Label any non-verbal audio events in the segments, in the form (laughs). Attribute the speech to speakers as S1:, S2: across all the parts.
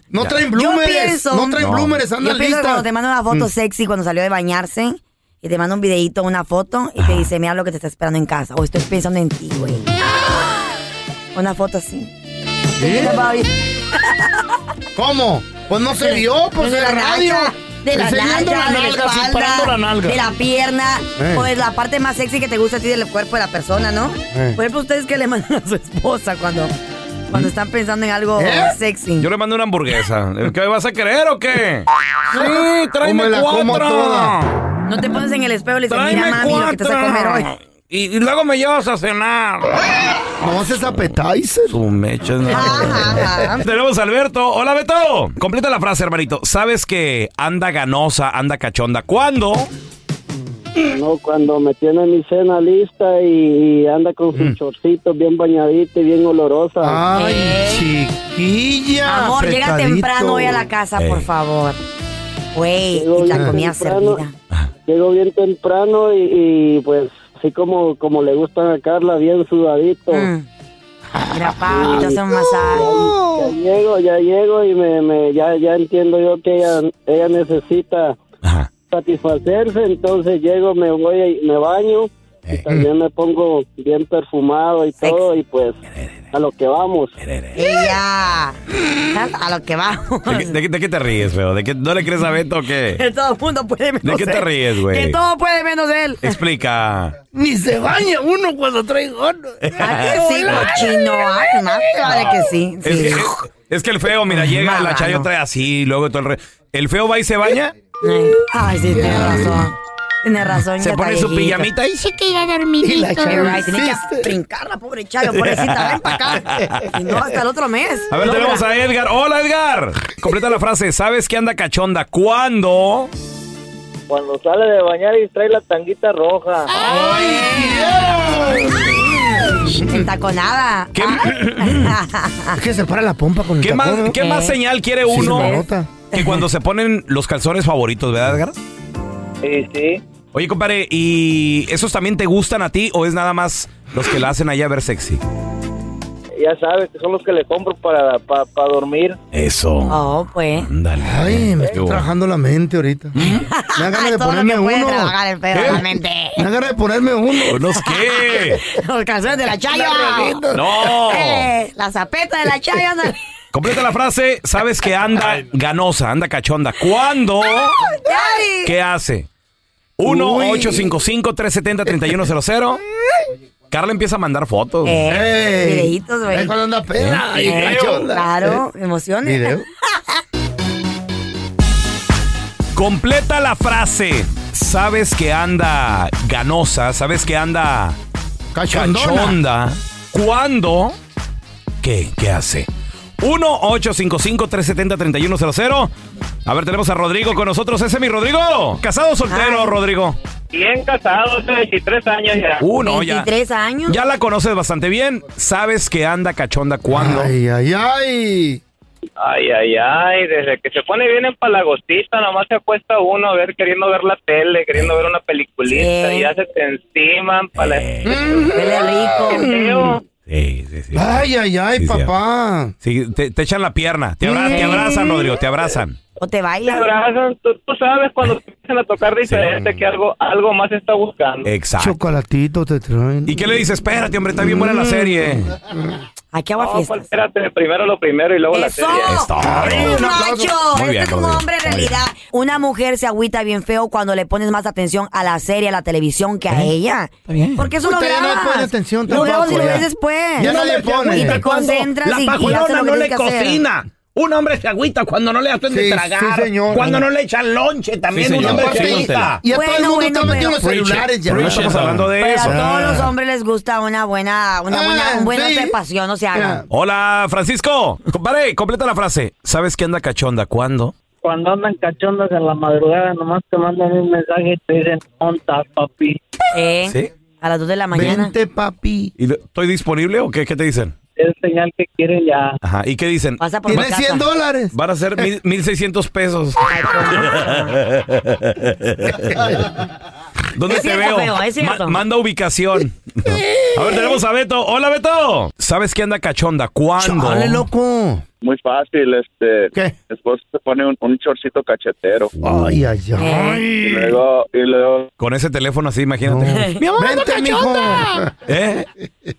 S1: No traen
S2: Yo
S1: blúmeres.
S2: pienso-
S1: No traen
S3: No.
S1: blúmeres, andan Mm.
S2: Yo pienso que cuando
S1: listas.
S2: te manda una foto sexy cuando salió de bañarse y te manda un videito, una foto y te dice, mira lo que te está esperando en casa o estoy pensando en ti, güey.
S1: ¡Ah!
S2: Una foto así.
S1: ¿Cómo? Pues no se vio, pues
S2: de
S1: en
S2: la
S1: la radio.
S2: nalga, de la
S1: Enseñando
S2: nalga,
S1: la
S2: de la
S1: nalga, separando la
S2: espalda,
S1: nalga.
S2: de la pierna,
S1: Eh.
S2: o de la parte más sexy que te gusta a ti del cuerpo de la persona, ¿no?
S1: Eh. ¿Mm?
S2: Por ejemplo, ustedes que le mandan a su esposa cuando, cuando están pensando en algo
S1: ¿Eh?
S2: sexy.
S3: Yo le mandé una hamburguesa. ¿Qué vas a querer o qué? Sí,
S1: O me
S3: tráeme
S1: la como toda.
S3: cuatro.
S2: No te pones en el espejo y le dices, mira,
S3: Tráeme
S2: mami, lo que te vas a comer hoy.
S3: cuatro. Y, y luego me llevas a cenar.
S1: No haces appetizer.
S3: Tu mecha es
S2: Ah. Ajá, ajá.
S3: (laughs) Tenemos a Alberto. Hola, Beto. Completa la frase, hermanito. Sabes que anda ganosa, anda cachonda. ¿Cuándo?
S4: No, cuando me tiene mi cena lista y, y anda con sus chorcitos bien bañadita y bien olorosa.
S1: Mm. Ay,
S2: Eh.
S1: chiquilla.
S2: Amor, llega
S1: apretadito.
S2: temprano hoy a la casa,
S3: Ey.
S2: por favor. Güey,
S4: Llego
S2: y la
S4: bien
S2: comida
S4: temprano.
S2: servida.
S4: Llego bien temprano y, y, pues así como, como le gustan a Carla, bien sudadito.
S2: Mm. Mira, papi, te hacen un masaje.
S4: Ya llego, ya llego y me, me- ya, ya entiendo yo que ella, ella necesita
S3: Ajá.
S4: satisfacerse, entonces llego, me voy, y me baño y también me pongo bien perfumado y
S2: Sexy.
S4: todo y pues a lo que vamos.
S2: Y ya. A lo que vamos.
S3: ¿De qué, de qué- de qué te ríes, feo? ¿De qué, ¿No le crees a Beto o qué?
S2: Que (laughs) todo el mundo puede menos
S3: ¿De qué te
S2: él.
S3: ríes, güey?
S2: Que todo puede menos él.
S3: Explica.
S1: Ni se baña uno cuando trae gorro.
S2: ¿A Ah, que sí, cochino? Ah, que más te vale que
S3: (laughs)
S2: sí.
S3: Es,
S2: sí.
S3: que, es que el feo, mira, llega, la
S2: Marrano.
S3: chayo trae así, y luego todo el re... ¿El feo va y se baña?
S2: Ay, Ay, sí, tienes razón. Tienes razón.
S3: ¿Se
S2: ya
S3: pone
S2: está
S3: su
S2: viejito.
S3: pijamita y...
S1: Y la
S2: You're
S1: chaviza.
S2: right, Tiene que brincar la pobre Chayo, pobrecita, ven para acá. Y no, hasta el otro mes.
S3: A ver, tenemos a Edgar. ¡Hola, Edgar! Completa la frase. ¿Sabes que anda cachonda? ¿Cuándo?
S4: Cuando sale de bañar y trae la tanguita roja.
S2: Entaconada. Ah.
S3: ¿Qué, (laughs)
S1: Es que se para la pompa con el
S3: qué más,
S1: tacón, ¿no?
S3: qué más señal quiere
S1: Sí,
S3: uno
S1: se nota.
S3: que cuando se ponen los calzones favoritos, verdad, Edgar?
S4: Sí, sí.
S3: Oye, compadre, ¿y esos también te gustan a ti o es nada más los que la hacen allá ver sexy?
S4: Ya sabes que son los que le compro para, para, para dormir.
S3: Eso.
S2: Oh, pues.
S3: Ándale.
S1: Ay, me
S3: Qué
S1: estoy
S3: bueno.
S1: trabajando la mente ahorita.
S3: ¿Mm?
S1: Me da ganas de
S2: Todo lo
S1: ponerme
S2: que puede
S1: uno.
S2: trabajar el pedo,
S3: ¿Eh?
S2: realmente.
S1: Me da ganas de ponerme uno.
S3: ¿Unos qué?
S2: Los calzones de la Chayo.
S3: ¡No!
S2: Eh, la zapeta de la Chayo. anda-
S3: (laughs) Completa la frase. ¿Sabes que anda ganosa, anda cachonda? ¿Cuándo?
S2: Daddy.
S3: ¿Qué hace?
S1: Uy.
S3: 1-855-370-3100. Carla empieza a mandar fotos.
S2: Eh,
S1: Ey.
S2: videitos, güey.
S1: Es cuando anda peda.
S2: Eh,
S1: Ay, cachonda.
S2: Claro, emociones.
S1: Video.
S3: Completa la frase. Sabes que anda ganosa, sabes que anda
S1: Cachondona.
S3: cachonda. ¿Cuándo? ¿Qué? ¿Qué hace? 1-855-370-3100. A ver, tenemos a Rodrigo con nosotros. Ese es mi Rodrigo. ¿Casado o soltero,
S2: Ay.
S3: Rodrigo?
S5: Bien casado, hace 23 años ya.
S3: Uh, no, ya.
S2: 23 años.
S3: Ya la conoces bastante bien. Sabes que anda cachonda cuándo.
S1: Ay, ay, ay.
S5: Ay, ay, ay, desde que se pone bien empalagostita, nomás se acuesta uno a ver, queriendo ver la tele, queriendo ver una peliculita,
S2: Sí.
S5: y ya se te enciman para...
S2: Huele rico.
S3: Sí, sí, sí.
S1: Ay, ay, ay,
S3: Sí,
S1: papá.
S3: Sí, te, te echan la pierna. Te, abra-
S2: Sí.
S3: te abrazan, Rodrigo, te abrazan.
S2: O te
S5: Te
S2: baila.
S5: abrazan, tú, tú sabes cuando te empiezan a tocar diferente que algo, algo más está buscando.
S3: Exacto.
S1: Chocolatito te traen.
S3: ¿Y qué le dices? Espérate, hombre, está bien buena la serie.
S2: Aquí
S5: No,
S2: Mm. agua
S5: pues,
S2: fiestas.
S5: espérate, primero lo primero y luego la
S2: ¡Eso!
S5: serie.
S3: Esto.
S2: ¡Ay,
S3: Un aplauso.
S2: macho!
S3: Muy bien,
S2: Este como
S3: Rodrigo.
S2: hombre en
S3: Muy bien.
S2: realidad. Una mujer se agüita bien feo cuando le pones más atención a la serie, a la televisión que a ella. Porque eso lo
S1: Usted no
S2: grabas.
S1: pone atención
S2: Lo grabas y
S1: tampoco,
S2: lo
S1: ya.
S2: ves después.
S1: Ya no le pone.
S2: Y te concentras y, y haces lo que tienes que hacer.
S6: Un hombre se agüita cuando no le hacen
S1: Sí, sí, señor.
S6: le echan lonche. También
S3: Sí,
S1: Y
S3: señor.
S1: aparte,
S3: Sí,
S1: y-
S3: Gonzalo.
S1: y a todo el
S2: Bueno,
S1: mundo
S2: bueno,
S1: está metido en los
S2: pero-
S1: celulares ya.
S3: Preach it, preach it. hablando de
S2: Pero
S3: eso.
S2: a todos
S1: Ah.
S2: los hombres les gusta una buena, una buena,
S1: Ah,
S2: un buen
S1: sí.
S2: acto de pasión, no se hagan.
S3: Hola, Francisco. Compadre, completa la frase. ¿Sabes qué anda cachonda? ¿Cuándo?
S5: Cuando andan cachondas en la madrugada, nomás te mandan un mensaje y te dicen, onta, papi.
S2: ¿Eh?
S3: Sí.
S2: A las 2 de la mañana.
S1: Vente, papi.
S3: ¿Y lo- ¿Estoy disponible o qué, qué te dicen?
S5: Es señal que quieren ya.
S3: Ajá. ¿Y qué dicen?
S2: Pasa por mi
S1: Tienes
S2: casa.
S1: 100 dólares.
S3: Van a
S1: (laughs)
S3: ser mil- 1600 pesos. ¿Dónde
S2: Es
S3: te
S2: cierto,
S3: veo?
S2: feo, es cierto.
S3: manda
S1: (laughs)
S3: ubicación. A ver, tenemos a Beto. Hola, Beto. ¿Sabes qué anda cachonda? ¿Cuándo?
S1: Chale, loco.
S7: Muy fácil, este.
S1: ¿Qué?
S7: Después se pone un, un chorcito cachetero.
S1: Ay, ay, ay.
S2: Eh.
S7: Y luego, y luego
S3: Con ese teléfono
S7: (laughs)
S3: así, imagínate.
S1: Vente, mijo.
S3: ¿Eh?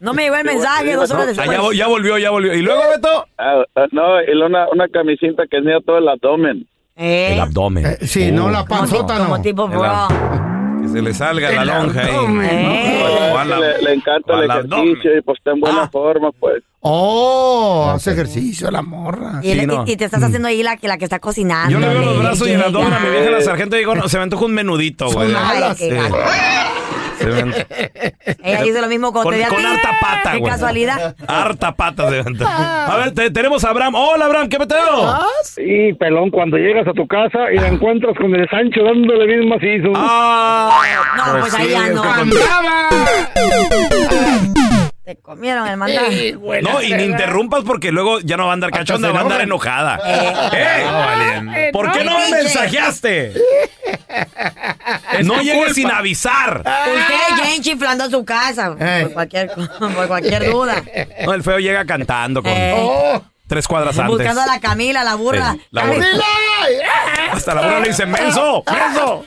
S2: No me llegó el mensaje dos horas
S3: Ah,
S2: después.
S3: ya, vo- ya volvió, ya volvió. ¿Y luego, Beto?
S7: ah, ah, no, y luego una, una camisita que enseña todo el abdomen.
S2: ¿Eh?
S3: El abdomen.
S1: Eh, sí,
S3: oh.
S1: no la
S2: Como ti-
S1: panzota,
S2: Como
S1: no.
S2: tipo,
S3: El
S2: bro.
S3: ab- Que se le salga la
S1: El
S3: lonja ahí.
S1: abdomen.
S2: Eh.
S3: O al ab-
S7: le, le encanta
S3: o
S7: el
S3: al
S7: ejercicio
S3: abdomen.
S7: y pues está en buena
S3: Ah.
S7: forma, pues.
S1: Oh, hace ejercicio la morra.
S2: Y,
S3: Sí,
S2: y-
S3: no. Mm.
S2: y te estás haciendo ahí la, que- la que está cocinando.
S3: Yo le veo los
S2: hombre,
S3: brazos y el
S2: chica.
S3: abdomen a mi vieja la sargento y digo, no, se me antoja un menudito, güey.
S1: Son alas.
S3: Sí. Se me antoja.
S2: Ella dice lo mismo cuando
S3: Con,
S2: te ve a
S3: con
S2: ti.
S3: harta pata,
S2: Qué
S3: güey.
S2: casualidad.
S3: Harta pata se me
S2: Ah.
S3: antoja. A ver, te- tenemos a Abraham. Hola, Abraham, ¿qué peteo?
S5: Sí, pelón, cuando llegas a tu casa y la encuentras con el Sancho dándole bien macizo.
S3: Ah,
S2: No, pues ahí ya
S3: es que
S2: no.
S3: con-
S2: Te comieron el mandado.
S3: No, y ni interrumpas porque luego ya no va a andar cachonda,
S1: se
S3: va a andar
S1: enojan.
S3: enojada. ¡Eh! ¿Por qué no me
S2: DJ.
S3: mensajeaste? No llegues sin avisar.
S2: Ah, Ustedes lleguen chiflando a su casa
S1: Eh.
S2: por cualquier, (laughs) por
S3: Eh,
S2: cualquier duda.
S3: No, el feo llega cantando con
S2: Eh,
S3: tres cuadras antes.
S2: buscando a la Camila, la burra.
S3: Sí, la burra. Hasta la hora le dice,
S2: Ah.
S3: menso, menso.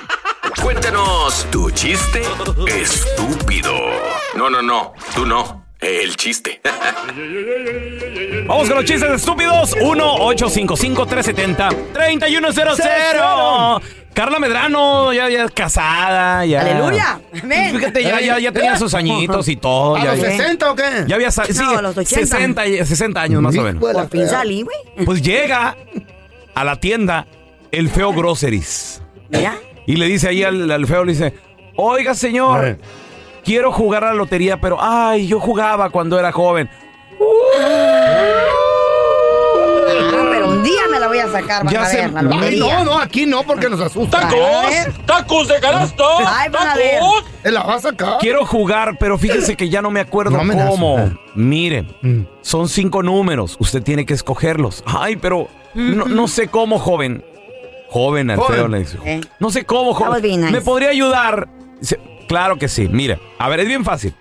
S8: Cuéntanos tu chiste estúpido. No, no, no, tú no. El chiste.
S3: Vamos con los chistes estúpidos. 1-855-370-3100. Carla Medrano, ya, ya es casada, ya.
S2: ¡Aleluya! Amén.
S3: Fíjate, ya, ya, ya tenía sus añitos y todo.
S1: ¿A
S3: ya,
S1: los
S3: ya.
S1: 60 o qué?
S3: Ya había sa-
S1: No,
S3: sí,
S1: a los 80.
S3: 60, y- 60 años más o menos.
S2: Por fin salí, güey.
S3: Pues llega a la tienda el feo Groceries.
S2: Mira.
S3: Y le dice ahí al, al feo, le dice, oiga señor, quiero jugar a la lotería, pero ay, yo jugaba cuando era joven.
S2: Ah, pero un día me la voy a sacar, van
S3: Ya
S2: a
S3: se-
S2: ver, la
S3: Ay,
S1: Ay,
S2: lotería.
S1: no, no, aquí no, porque nos asustan.
S2: ¡Tacos!
S1: ¡Tacos de canasta!
S2: Ay, van a ver. ¡Tacos!
S1: ¿Te la vas a sacar?
S3: Quiero jugar, pero fíjese que ya no me acuerdo
S1: No me das, Mm.
S3: cómo.
S1: ajá.
S3: Miren, son cinco números, usted tiene que escogerlos. Ay, pero no, no sé cómo, joven. Joven, al
S1: Joven.
S3: feo le dice.
S2: Eh.
S3: No sé cómo,
S2: That
S3: joven.
S2: would be nice.
S3: ¿Me podría ayudar? Dice, claro que sí. Mira, a ver, es bien fácil.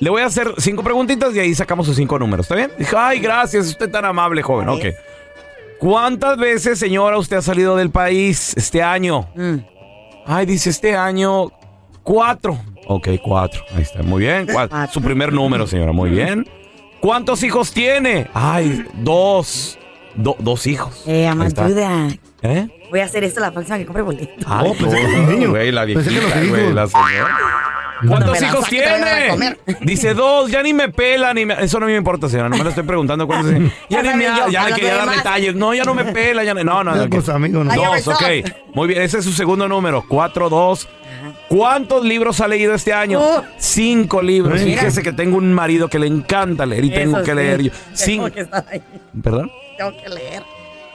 S3: Le voy a hacer cinco preguntitas y ahí sacamos sus cinco números. ¿Está bien? Dijo, ay, gracias, usted tan amable, joven. Ok. ¿Cuántas veces, señora, usted ha salido del país este año?
S1: Mm.
S3: Ay, dice, este año, cuatro. Ok, cuatro. Ahí está. Muy bien. cua- Su primer número, señora.
S1: Mm.
S3: Muy bien. ¿Cuántos hijos tiene? Ay, dos. Do- dos hijos.
S2: Eh, I'm
S3: Ahí
S2: gonna
S3: está.
S2: do that.
S3: ¿Eh?
S2: Voy a hacer esto la próxima que compre boleto.
S3: Ay,
S1: Oh, pensé
S3: no,
S1: que los niños.
S3: Güey, la
S1: Pensé que los
S3: viejita, güey,
S1: hijos.
S3: la señora.
S2: No
S3: ¿Cuántos
S2: me la
S3: hijos
S2: saque, todavía me la voy a
S3: tiene? Dice dos, ya ni me pela, ni me- eso no me importa, señora. No me lo estoy preguntando cuántos. Ya
S2: Ya
S3: ni me
S2: sabía
S3: ha-
S2: yo,
S3: ya
S2: hablando
S3: quería
S2: de
S3: dar
S2: más.
S3: detalles. No, ya no me pela, ya no. No, no,
S1: Ya
S3: no, que-
S1: con sus amigos, no.
S2: Ay, ya
S3: Dos, ok.
S2: besó.
S3: Muy bien, ese es su segundo número. Cuatro, dos. ¿Cuántos libros ha leído este año?
S2: Oh.
S3: Cinco libros.
S1: Mira.
S3: Fíjese que tengo un marido que le encanta leer y tengo
S2: Eso
S3: que
S2: sí.
S3: leer yo.
S2: (laughs) Tengo
S3: Cinco.
S2: que estar ahí.
S3: ¿Perdón?
S2: Tengo que leer.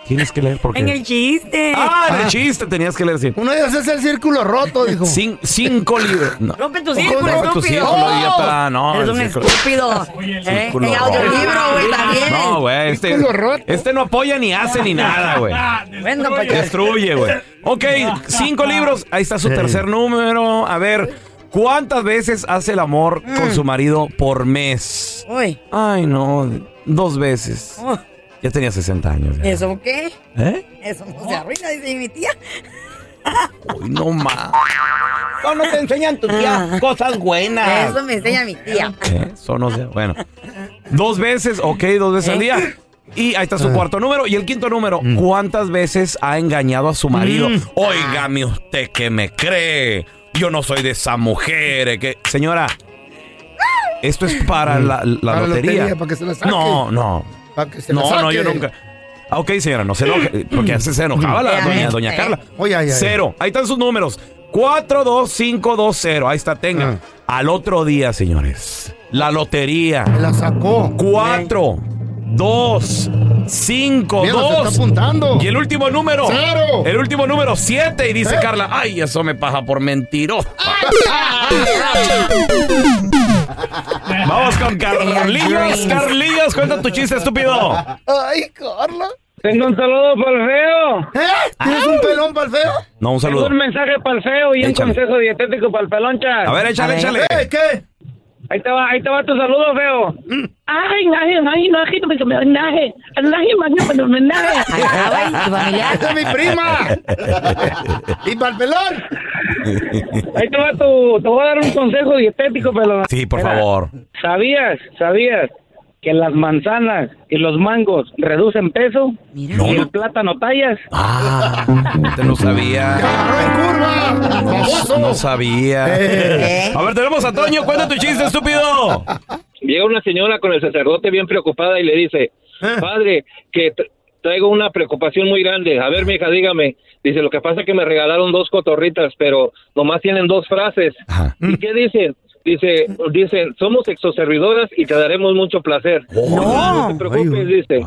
S3: Tienes que leer
S2: En
S3: porque.
S2: el chiste.
S3: Ah, de chiste, tenías que leer cinco.
S1: Uno de ellos es el círculo roto, dijo.
S3: Cin- cinco libros. No.
S2: Rompe tu
S3: Rompe
S2: círculo,
S3: tu
S2: estúpido.
S3: círculo, idiota. No,
S2: Eres
S3: el
S2: un
S3: círculo-
S2: estúpido. Eh,
S3: círculo
S2: En
S3: rojo.
S2: audiolibro, güey, también.
S3: No, güey. Este,
S1: Círculo roto.
S3: este no apoya ni hace ni nada, güey.
S2: Bueno, pues ya.
S3: Destruye, güey. Ok, cinco libros. Ahí está su tercer número. A ver, ¿cuántas veces hace el amor con su marido por mes?
S2: Mm. Uy.
S3: Ay, no, dos veces.
S2: oh,
S3: Ya tenía 60 años. ya.
S2: ¿Eso qué?
S3: ¿Eh?
S2: Eso no se arruina, dice mi tía.
S3: Uy, no más.
S6: No, no te enseñan tu
S2: Ah.
S6: tía cosas buenas.
S2: Eso me enseña mi tía.
S3: ¿Eh? Eso no sé. Bueno, dos veces, ok, dos veces
S2: Eh.
S3: al día. Y ahí está su cuarto número. Y el quinto número, ¿cuántas veces ha engañado a su marido?
S2: Mm.
S3: Óigame usted que me cree. Yo no soy de esas mujeres. Que... Señora, esto es para la, la
S1: Para la
S3: lotería.
S1: lotería, para que se la saque.
S3: No, no.
S1: Para que se la
S3: No, no,
S1: saque.
S3: yo nunca. Ah, ok, señora, no se
S1: (clears throat)
S3: enoje. Porque se, se enojaba la
S2: Ya
S3: doña,
S2: ves,
S3: doña
S2: eh.
S3: Carla.
S1: Oye, ay, ay, ay.
S3: Cero. Ahí están sus números. 4, 2, 5, 2, 0. Ahí está, tengan. Al otro día, señores. La lotería.
S1: Me Ah. la sacó.
S3: 4, 2, 5,
S1: Mira, se está
S3: 2.
S1: apuntando.
S3: Y el último número.
S1: Cero. ¿Eh?
S3: El último número, 7. Y dice Carla, ay, eso me pasa
S1: (laughs)
S3: por mentirosa. Vamos con Carlillos. Carlillos, cuenta tu chiste, estúpido.
S1: Ay, Carla.
S4: Tengo un saludo para el feo.
S1: ¿Eh? ¿Tienes un pelón para el feo?
S3: No, un saludo.
S4: Tengo un mensaje para el feo y
S3: Échale.
S4: un consejo dietético para el peloncha.
S3: A ver, échale, échale.
S1: ¿Eh? ¿Qué? Mm.
S4: Ahí te va, ahí te va tu saludo, feo.
S9: Ah,
S4: Ay, ay, ay, no, ay, no, me homenaje. Ay, magno, me homenaje.
S2: Ah, güey, tu familiar.
S1: ¡Esa (laughs) es mi
S3: (laughs)
S1: prima! ¿Y para el pelón?
S4: Ahí te va tu, te voy a dar un consejo dietético, pelón.
S3: Sí, por
S4: Mira,
S3: favor.
S4: ¿Sabías, sabías que las manzanas y los mangos reducen peso?
S2: Mira.
S4: Y el plátano tallas.
S3: Ah, (laughs) te no sabía.
S1: ¡Agarró en curva! ¡Baboso!
S3: No sabía. (laughs)
S2: Eh.
S3: A ver, tenemos a Toño. Cuenta tu chiste, estúpido.
S5: Llega una señora con el sacerdote bien preocupada y le dice, padre, que tra- traigo una preocupación muy grande. A ver, mija, dígame. Dice, lo que pasa es que me regalaron dos cotorritas, pero nomás tienen dos frases.
S3: Ajá.
S5: ¿Y qué dicen? Dice, dicen, somos exoservidoras y te daremos mucho placer.
S3: Oh,
S5: No te
S1: Ay,
S5: preocupes, dice.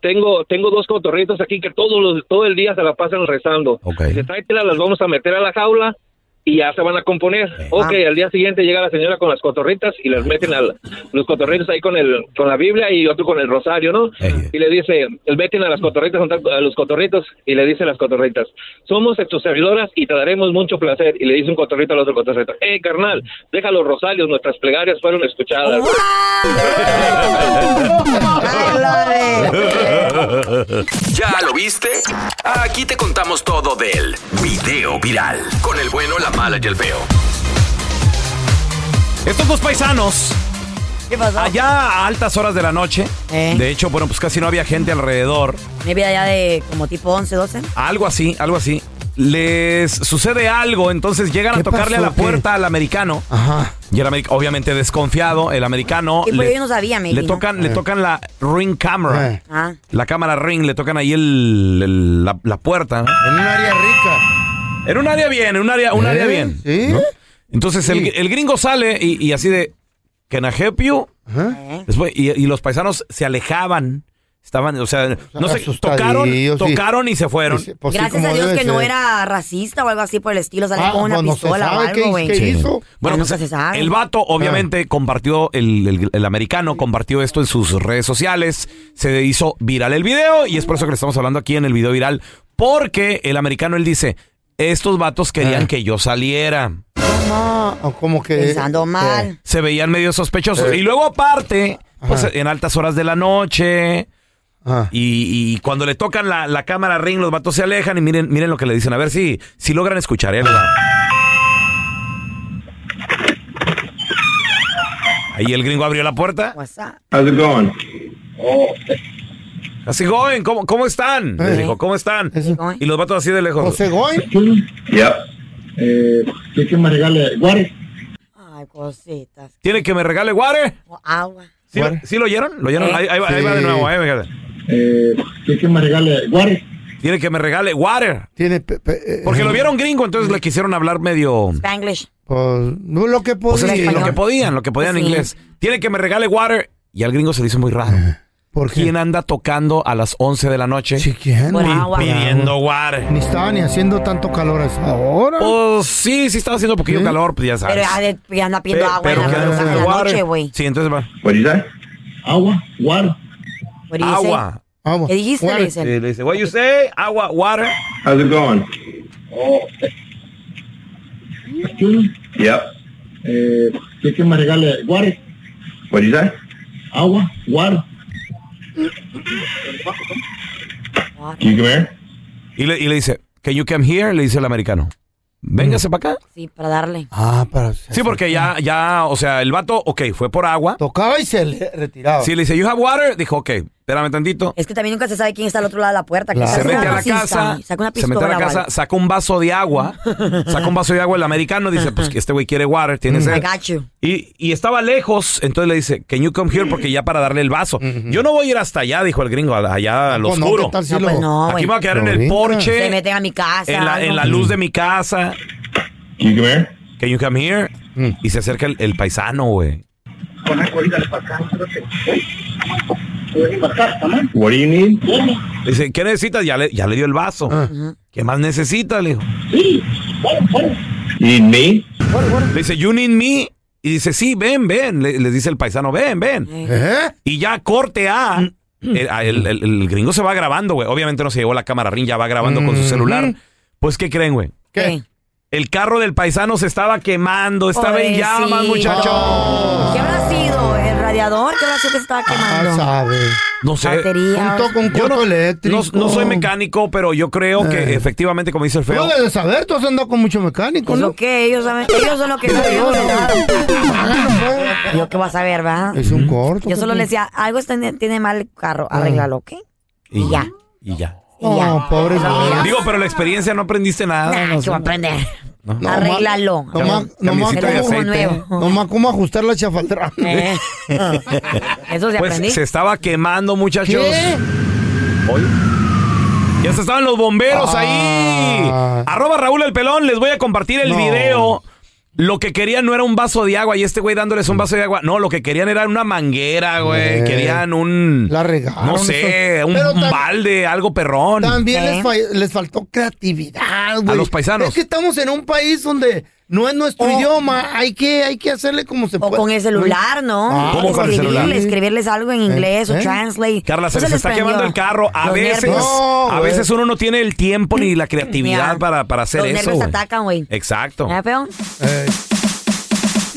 S5: Tengo, tengo dos cotorritos aquí que todos los, todo el día se la pasan rezando.
S3: Ok.
S5: Dice, tráetela, las vamos a meter a la jaula y ya se van a componer. Ok, al día siguiente llega la señora con las cotorritas y las meten a los cotorritos ahí con el con la Biblia y otro con el rosario, ¿no?
S3: Ey.
S5: Y le dice, meten a las cotorritas, a los cotorritos y le dice a las cotorritas, somos tus servidoras y te daremos mucho placer. Y le dice un cotorrito al otro cotorrito, eh, carnal, deja los rosarios, nuestras plegarias fueron escuchadas.
S2: Ay, lo de-
S8: ¿Ya lo viste? Aquí te contamos todo del video viral. Con el bueno, la mala y el feo.
S3: Estos dos paisanos,
S2: ¿Qué pasó?
S3: allá a altas horas de la noche.
S2: Eh.
S3: De hecho, bueno, pues casi no había gente alrededor.
S2: Me vi allá de como tipo 11, 12.
S3: Algo así, algo así. les sucede algo, entonces llegan a tocarle a la puerta al americano. Y el americ- obviamente desconfiado, el americano.
S2: Y pues yo no sabía, me
S3: le
S2: dijo.
S3: tocan, le
S2: Eh.
S3: tocan la ring camera.
S2: Eh. Ah.
S3: La cámara ring, le tocan ahí el, el- la, la puerta. En un área rica. En un área bien, en un área, un
S1: ¿Eh?
S3: área bien. ¿no? Entonces el, el gringo sale y, y así de. Can I help you? Después, y, y los paisanos se alejaban. Estaban, o sea, no sé, tocaron,
S1: asustadillos, sí.
S3: tocaron y se fueron.
S2: Gracias a Dios que no era racista o algo así por el estilo. Sale
S1: Ah,
S2: con una
S1: pues no se
S2: pistola o
S1: sabe qué-
S2: algo, güey.
S1: qué
S3: Sí.
S1: hizo?
S3: Bueno,
S2: Ah,
S3: pues,
S2: nunca se sabe.
S3: el vato obviamente compartió, el, el- el americano compartió esto en sus redes sociales, se hizo viral el video y es por eso que le estamos hablando aquí en el video viral, porque el americano, él dice, estos vatos querían que yo saliera.
S1: o como que...
S2: Pensando mal.
S3: Se veían medio sospechosos.
S1: Eh.
S3: Y luego aparte, pues,
S1: Ajá.
S3: en altas horas de la noche... Y, y cuando le tocan la, la cámara ring, los vatos se alejan y miren, miren lo que le dicen. A ver si, si logran escuchar. ¿eh? Ahí les va. Ahí el gringo abrió la puerta.
S10: How's it going?
S3: Así, going, ¿cómo, cómo están? Les dijo, ¿cómo están? Y los vatos así de lejos.
S1: Eh. ¿José Goy?
S3: Yep.
S10: ¿Qué que Eh, me regale? ¿Guare?
S2: Ay, cositas.
S3: ¿Tiene que me regale guare?
S2: O Agua.
S3: ¿Sí, sí lo oyeron? ¿Lo oyeron?
S2: ¿Eh?
S3: Ahí, ahí va, ahí va de
S10: Sí.
S3: nuevo. ahí va.
S10: Eh, ¿Qué que me regale? ¿Guare?
S3: Tiene que me regale water. Porque lo vieron gringo, entonces le quisieron hablar medio...
S2: Spanglish.
S1: Pues, no lo que
S3: O
S1: podía.
S3: sea, sí, lo que podían, lo que podían en
S1: Sí.
S3: inglés. Tiene que me regale water. Y al gringo se le hizo muy raro. ¿Por ¿Quién anda tocando a las 11 de la noche? Sí,
S1: ¿quién? Por agua.
S3: Pidiendo water.
S1: Ni estaba ni haciendo tanto calor a esa hora.
S3: Pues sí, sí estaba haciendo un poquillo de calor, pues ya sabes.
S2: Pero ya, de- ya anda pidiendo
S3: Pe-
S2: agua en
S3: pero
S2: la,
S3: que
S2: en la
S3: anda-
S2: noche, güey.
S3: Sí, entonces va.
S10: Agua, guare.
S2: What do you say?
S3: Agua.
S2: ¿Qué dijiste,
S3: Water.
S2: le dicen?
S3: Sí, le dice, what you say? Agua, water.
S10: How's it going? Yep. ¿Qué que Eh, me regale? ¿Guare? What you say? Agua, guare. Can you come here?
S3: Y le, y le dice, can you come here? Le dice el americano.
S2: Mm.
S3: Véngase para acá.
S2: Sí, para darle.
S1: Ah, para...
S3: Sí, porque ya, ya, o sea, el vato, ok, fue por agua.
S1: Tocaba y se le retiraba.
S3: Sí, le dice, you have water. Dijo, ok, espérame tantito.
S2: Es que también nunca se sabe quién está al otro lado de la puerta. que
S3: Claro.
S2: tal
S3: Se
S2: sea
S3: mete a la
S2: racista,
S3: casa,
S2: güey. Saca una
S3: Se
S2: pistola.
S3: mete a la
S2: o
S3: casa,
S2: algo.
S3: saca un vaso de agua, saca un vaso de agua el americano, dice, pues que este güey quiere water, tiene sed.
S2: I got you.
S3: Y, y estaba lejos, entonces le dice, can you come here? Porque ya para darle el vaso. Yo no voy a ir hasta allá, dijo el gringo, a- allá al
S1: Pues no,
S3: oscuro.
S1: ¿qué tal si No, lo-
S2: pues no,
S3: Aquí
S2: güey.
S3: me voy a quedar en
S1: Lo
S3: el
S1: brinca.
S3: porche,
S2: Se meten a mi casa.
S3: en la,
S2: algo.
S3: en la luz de mi casa.
S10: Can you come here?
S3: Can you come here?
S1: Mm.
S3: Y se acerca el, el paisano, güey.
S10: What do you need?
S3: Le dice, ¿qué necesitas? Ya le, ya le dio el vaso. ¿Qué más necesitas? Le dijo.
S10: You need me?
S3: Le dice, you need me. Y dice, sí, ven, ven. Le- les dice el paisano, ven, ven. Y ya corte A. El, a- el- el- el gringo se va grabando, güey. Obviamente no se llevó la cámara ring, ya va grabando con su celular. Pues, ¿qué creen, güey?
S2: ¿Qué?
S3: El carro del paisano se estaba quemando, estaba en llamas,
S2: Pobrecito.
S3: muchacho.
S2: Oh. ¿Qué habrá sido? ¿El radiador? ¿Qué habrá sido que se estaba quemando?
S3: No sé.
S2: Batería. Un toco, un
S3: Yo
S1: coto
S3: no-
S1: eléctrico.
S3: No, no soy mecánico, pero yo creo que efectivamente, como dice el
S1: Tú
S3: feo,
S1: debes saber, tú has andado con mucho mecánico,
S2: Pues
S1: ¿no?
S2: lo que ellos saben. Ellos son los que saben. Yo, yo qué vas a ver, ¿verdad?
S1: Es un corto.
S2: Ah. Yo solo le decía, algo está- tiene mal el carro,
S3: Ah.
S2: arréglalo, ¿ok? Y ya.
S3: y ya. Oh.
S1: No, pobre.
S3: Digo, pero la experiencia no aprendiste nada.
S2: Nah,
S3: no
S2: ¿qué
S3: sé.
S2: voy a aprender?
S3: No.
S2: Arréglalo.
S3: Cam- camisita de aceite.
S1: Nomás cómo ajustar la chafaldra.
S2: Eh. Eso se
S3: Pues
S2: aprendí.
S3: se estaba quemando, muchachos.
S1: ¿Qué?
S3: Hoy. Ya se estaban los bomberos
S1: Ah.
S3: ahí. Arroba Raúl el pelón, les voy a compartir el video. Lo que querían no era un vaso de agua y este güey dándoles un vaso de agua. No, lo que querían era una manguera, güey.
S1: Eh. Ah,
S3: Querían un.
S1: La regaron.
S3: No sé,
S1: eso.
S3: un
S1: Pero tam-
S3: balde, algo perrón.
S1: También
S2: Eh.
S1: les, fa- les faltó creatividad, güey.
S3: A los paisanos.
S1: Es que estamos en un país donde no es nuestro idioma. Hay que, hay que hacerle como se puede.
S2: Con el celular, ¿no?
S1: Ah,
S3: ¿Cómo con el
S2: escribirles,
S3: celular?
S2: escribirles algo en inglés o
S3: ¿Eh?
S2: translate.
S3: Carla, se
S2: Eso
S3: les está
S2: prendió.
S3: quemando el carro. A
S2: Los
S3: veces,
S2: nervios.
S3: a
S2: güey.
S3: veces uno no tiene el tiempo ni la creatividad
S2: Mira,
S3: para, para hacer
S2: Los
S3: eso.
S2: nervios te
S3: güey.
S2: atacan, güey.
S3: Exacto.
S2: ¿Verdad, feo?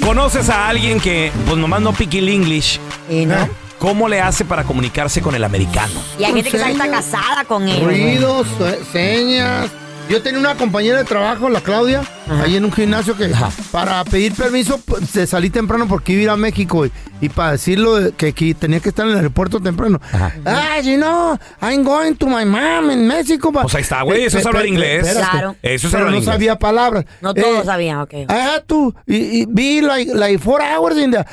S3: ¿Conoces a alguien que, pues nomás no pique el English? ¿Cómo le hace para comunicarse con el americano?
S2: Y hay gente que está casada con él. güey.
S1: Ruidos, se- eh, señas, Yo tenía una compañera de trabajo, la Claudia, ahí en un gimnasio que para pedir permiso pues, se salí temprano porque iba a ir a México y, y para decirlo de- que, que tenía que estar en el aeropuerto temprano. Ah, you know, I'm going to my mom in Mexico. Pues
S3: ahí está, güey, eso es hablar inglés. Claro. Eso es
S1: Pero
S3: hablar
S1: no
S3: inglés.
S1: sabía palabras.
S2: No todos
S1: Eh,
S2: sabían, ok.
S1: I had to y, y be like, like four hours in the...
S3: A- a-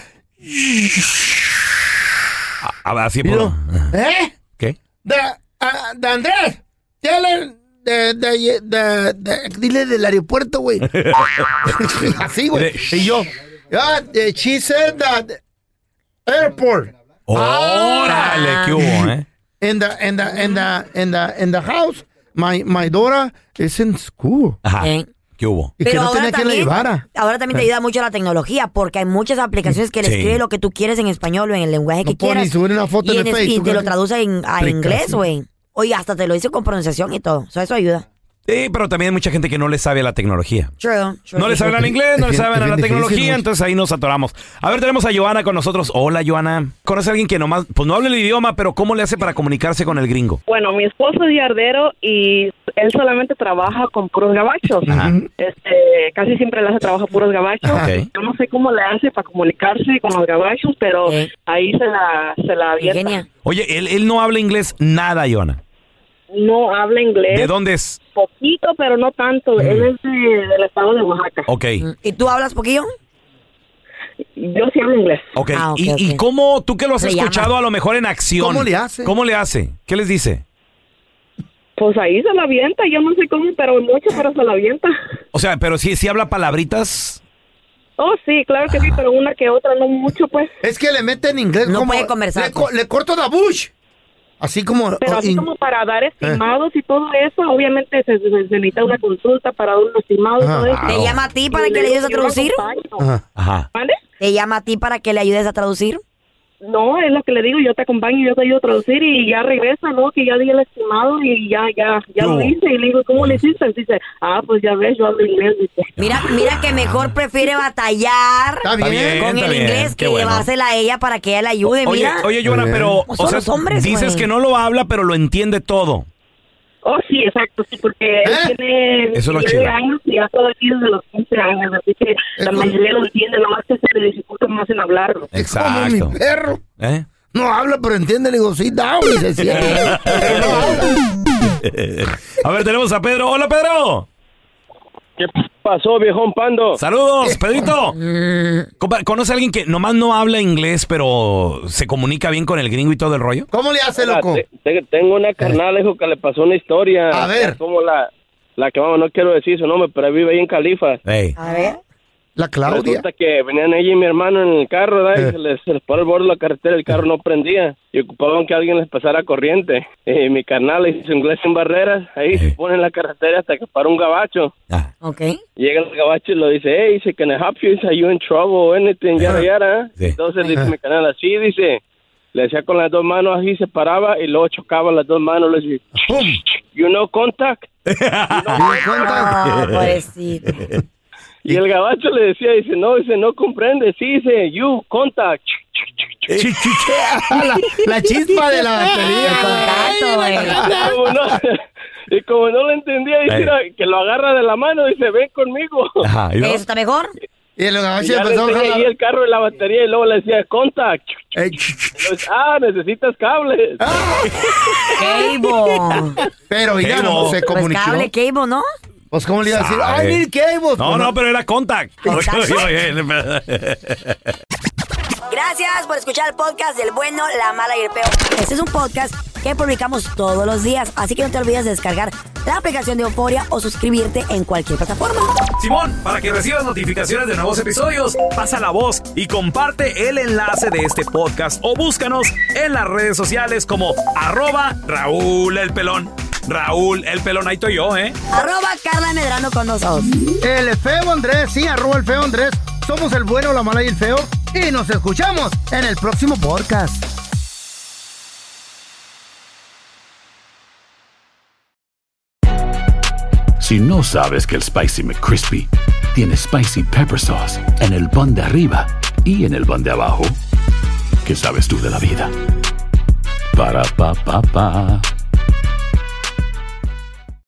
S3: Ah, Así por...
S1: ¿Eh?
S3: ¿Qué?
S1: De, ah, de Andrés, dile, de, de, de- de- dile del aeropuerto,
S3: (laughs)
S1: güey. Así, güey. Y yo, ah, eh, she said that airport.
S3: Órale,
S1: Ah.
S3: ¿qué hubo, eh?
S1: In the, in the, in the, in the, in the house, my, my daughter is in school.
S3: Ajá. ¿Qué hubo?
S1: Y que no tenía quien la llevara.
S2: ahora también te ayuda mucho la tecnología porque hay muchas aplicaciones que le
S1: Sí.
S2: escribe lo que tú quieres en español o en el lenguaje que
S1: pone
S2: quieras.
S1: y sube una foto
S2: y
S1: en el
S2: es-
S1: Facebook, ¿eh?
S2: Y te
S1: ¿no?
S2: lo traduce en, a
S3: Aplicación.
S2: inglés, güey. Oye, hasta te lo dice con pronunciación y todo. So, eso ayuda.
S3: Sí, pero también hay mucha gente que no le sabe a la tecnología.
S2: True, true.
S3: No le saben al inglés, no le saben a la tecnología, entonces ahí nos atoramos. A ver, tenemos a Joana con nosotros. Hola, Joana. ¿Conoce a alguien que nomás, pues no habla el idioma, pero cómo le hace para comunicarse con el gringo?
S11: Bueno, mi esposo es yardero y él solamente trabaja con puros gabachos.
S3: Ajá.
S11: Este, casi siempre le hace trabajo a puros gabachos.
S3: Ok.
S11: Yo no sé cómo le hace para comunicarse con los gabachos, pero ahí se la, se la avienta.
S3: Oye, él, él no habla inglés nada, Joana.
S11: No habla inglés.
S3: ¿De dónde es?
S11: Poquito, pero no tanto. Él es de- del estado de Oaxaca.
S3: Ok.
S2: ¿Y tú hablas poquillo?
S11: Yo sí hablo inglés.
S3: Ok,
S11: Ah, ok,
S3: y, y
S11: ok.
S3: cómo tú que lo has
S11: Le
S3: escuchado
S11: llama.
S3: a lo mejor en acción?
S11: ¿Cómo le hace?
S3: ¿Cómo le hace? ¿Qué les dice?
S11: Pues ahí se la avienta. Yo no sé cómo, pero mucho, pero se la avienta.
S3: O sea, pero si, si habla palabritas.
S11: Oh, sí, claro
S3: Ah.
S11: que sí, pero una que otra, no mucho, pues.
S1: Es que le mete en inglés
S11: No
S1: como...
S11: puede conversar,
S1: Le, co-
S11: pues.
S1: le corto la bush. Así como...
S11: Pero
S1: oh,
S11: así
S1: in-
S11: como para dar estimados y todo eso, obviamente se, se- se necesita una consulta para dar un estimado y todo
S3: Ah,
S11: eso.
S3: claro. ¿Te llama
S2: a ti para
S11: Y
S2: que
S11: le
S2: le
S11: digo
S2: ayudes a
S11: yo lo
S2: traducir?
S11: acompaño.
S3: Ajá.
S11: ¿Vale?
S2: ¿Te llama a ti para que le ayudes a traducir?
S11: No, es lo que le digo, yo te acompaño, yo te ayudo a traducir y ya regresa, ¿no? Que ya di el estimado y ya, ya, ya
S2: No.
S11: lo hice. Y le digo, ¿cómo le hiciste? Dice, ah, pues ya ves, yo hablo inglés. Dice.
S2: Mira, mira que mejor prefiere batallar
S3: Está bien,
S2: con
S3: está
S2: el
S3: bien,
S2: inglés
S3: qué
S2: que
S3: bueno.
S2: llevársela a ella para que ella le ayude.
S3: oye,
S2: mira.
S3: oye, Joana, pero o
S2: Pues Son
S3: sea,
S2: los hombres,
S3: dices
S2: güey.
S3: que no lo habla, pero lo entiende todo.
S11: Oh, sí, exacto, sí, porque él tiene
S3: ¿Eh? Eso es lo
S11: 19
S3: chido.
S11: años y ha todo aquí desde los 15 años, así que la mayoría lo entiende, nomás que se le dificulta más en hablarlo.
S1: Como mi perro.
S3: ¿Eh?
S1: No habla, pero entiende. Le digo, sí, down. Y se siente.
S3: (laughs) a ver, tenemos a Pedro. Hola, Pedro.
S9: ¿Qué pasó, viejón pando?
S3: Saludos, Pedrito. Compa, ¿Conoce a alguien que nomás no habla inglés, pero se comunica bien con el gringo y todo el rollo?
S1: ¿Cómo le hace,
S9: Mira,
S1: loco?
S9: te- te- tengo una carnal, hijo, que le pasó una historia.
S1: A ver.
S9: Como la, la que, vamos, no quiero decir su nombre, pero vive ahí en Califa.
S2: A ver.
S1: La Claudia.
S9: Resulta que venían ella y mi hermano en el carro, ¿verdad? Y se les, se les paró el borde de la carretera, el carro no prendía. Y ocupaban que alguien les pasara corriente. Y mi carnal le hizo inglés sin barreras. Ahí se pone en la carretera hasta que paró un gabacho.
S2: Ok.
S9: Llega el gabacho y lo dice, hey, dice, can I help you? Dice, are you in trouble? Anything, yara, yara. ¿eh? Entonces dice mi canal así, dice, le hacía con las dos manos así, se paraba y luego chocaba las dos manos, le decía, you know contact? You know
S2: (laughs)
S1: (laughs)
S2: contact? pobrecito.
S9: Y el gabacho le decía, dice, no, dice, no comprende, sí, dice, you contact.
S1: (laughs) la, la chispa de la batería.
S9: Y como no, (laughs) y como no lo entendía, dice,
S3: Ey.
S9: "Mira, que lo agarra de la mano, dice, ven conmigo.
S3: Ajá, ¿y luego? ¿Eso
S2: está mejor?
S1: Y el
S9: Y ya le enseñé ahí el carro y la batería y luego le decía, contact. Entonces, ah, necesitas cables.
S1: ¡Ah!
S2: Cable.
S1: Pero ya no se comunicó.
S2: Pues cable, cable, ¿no?
S1: Pues, ¿cómo le iba a decir?
S3: Sabe.
S1: ¡Ay, mil cable!
S3: No, no, pero era
S1: (laughs)
S3: contact.
S2: Contact.
S3: Oye, oye,
S2: Gracias por escuchar el podcast del bueno, la mala y el peor. Este es un podcast que publicamos todos los días, así que no te olvides de descargar la aplicación de Euforia o suscribirte en cualquier plataforma.
S3: Simón, para que recibas notificaciones de nuevos episodios, pasa la voz y comparte el enlace de este podcast o búscanos en las redes sociales como arroba Raúl el Pelón. Raúl el Pelón, ahí estoy yo, ¿eh?
S2: Arroba Carla Medrano con nosotros.
S1: El feo Andrés, sí, arroba el feo Andrés. Somos el bueno, la mala y el feo. Y nos escuchamos en el próximo podcast.
S12: Si no sabes que el Spicy McCrispy tiene Spicy Pepper Sauce en el pan de arriba y en el pan de abajo, ¿qué sabes tú de la vida? Para, pa, pa, pa.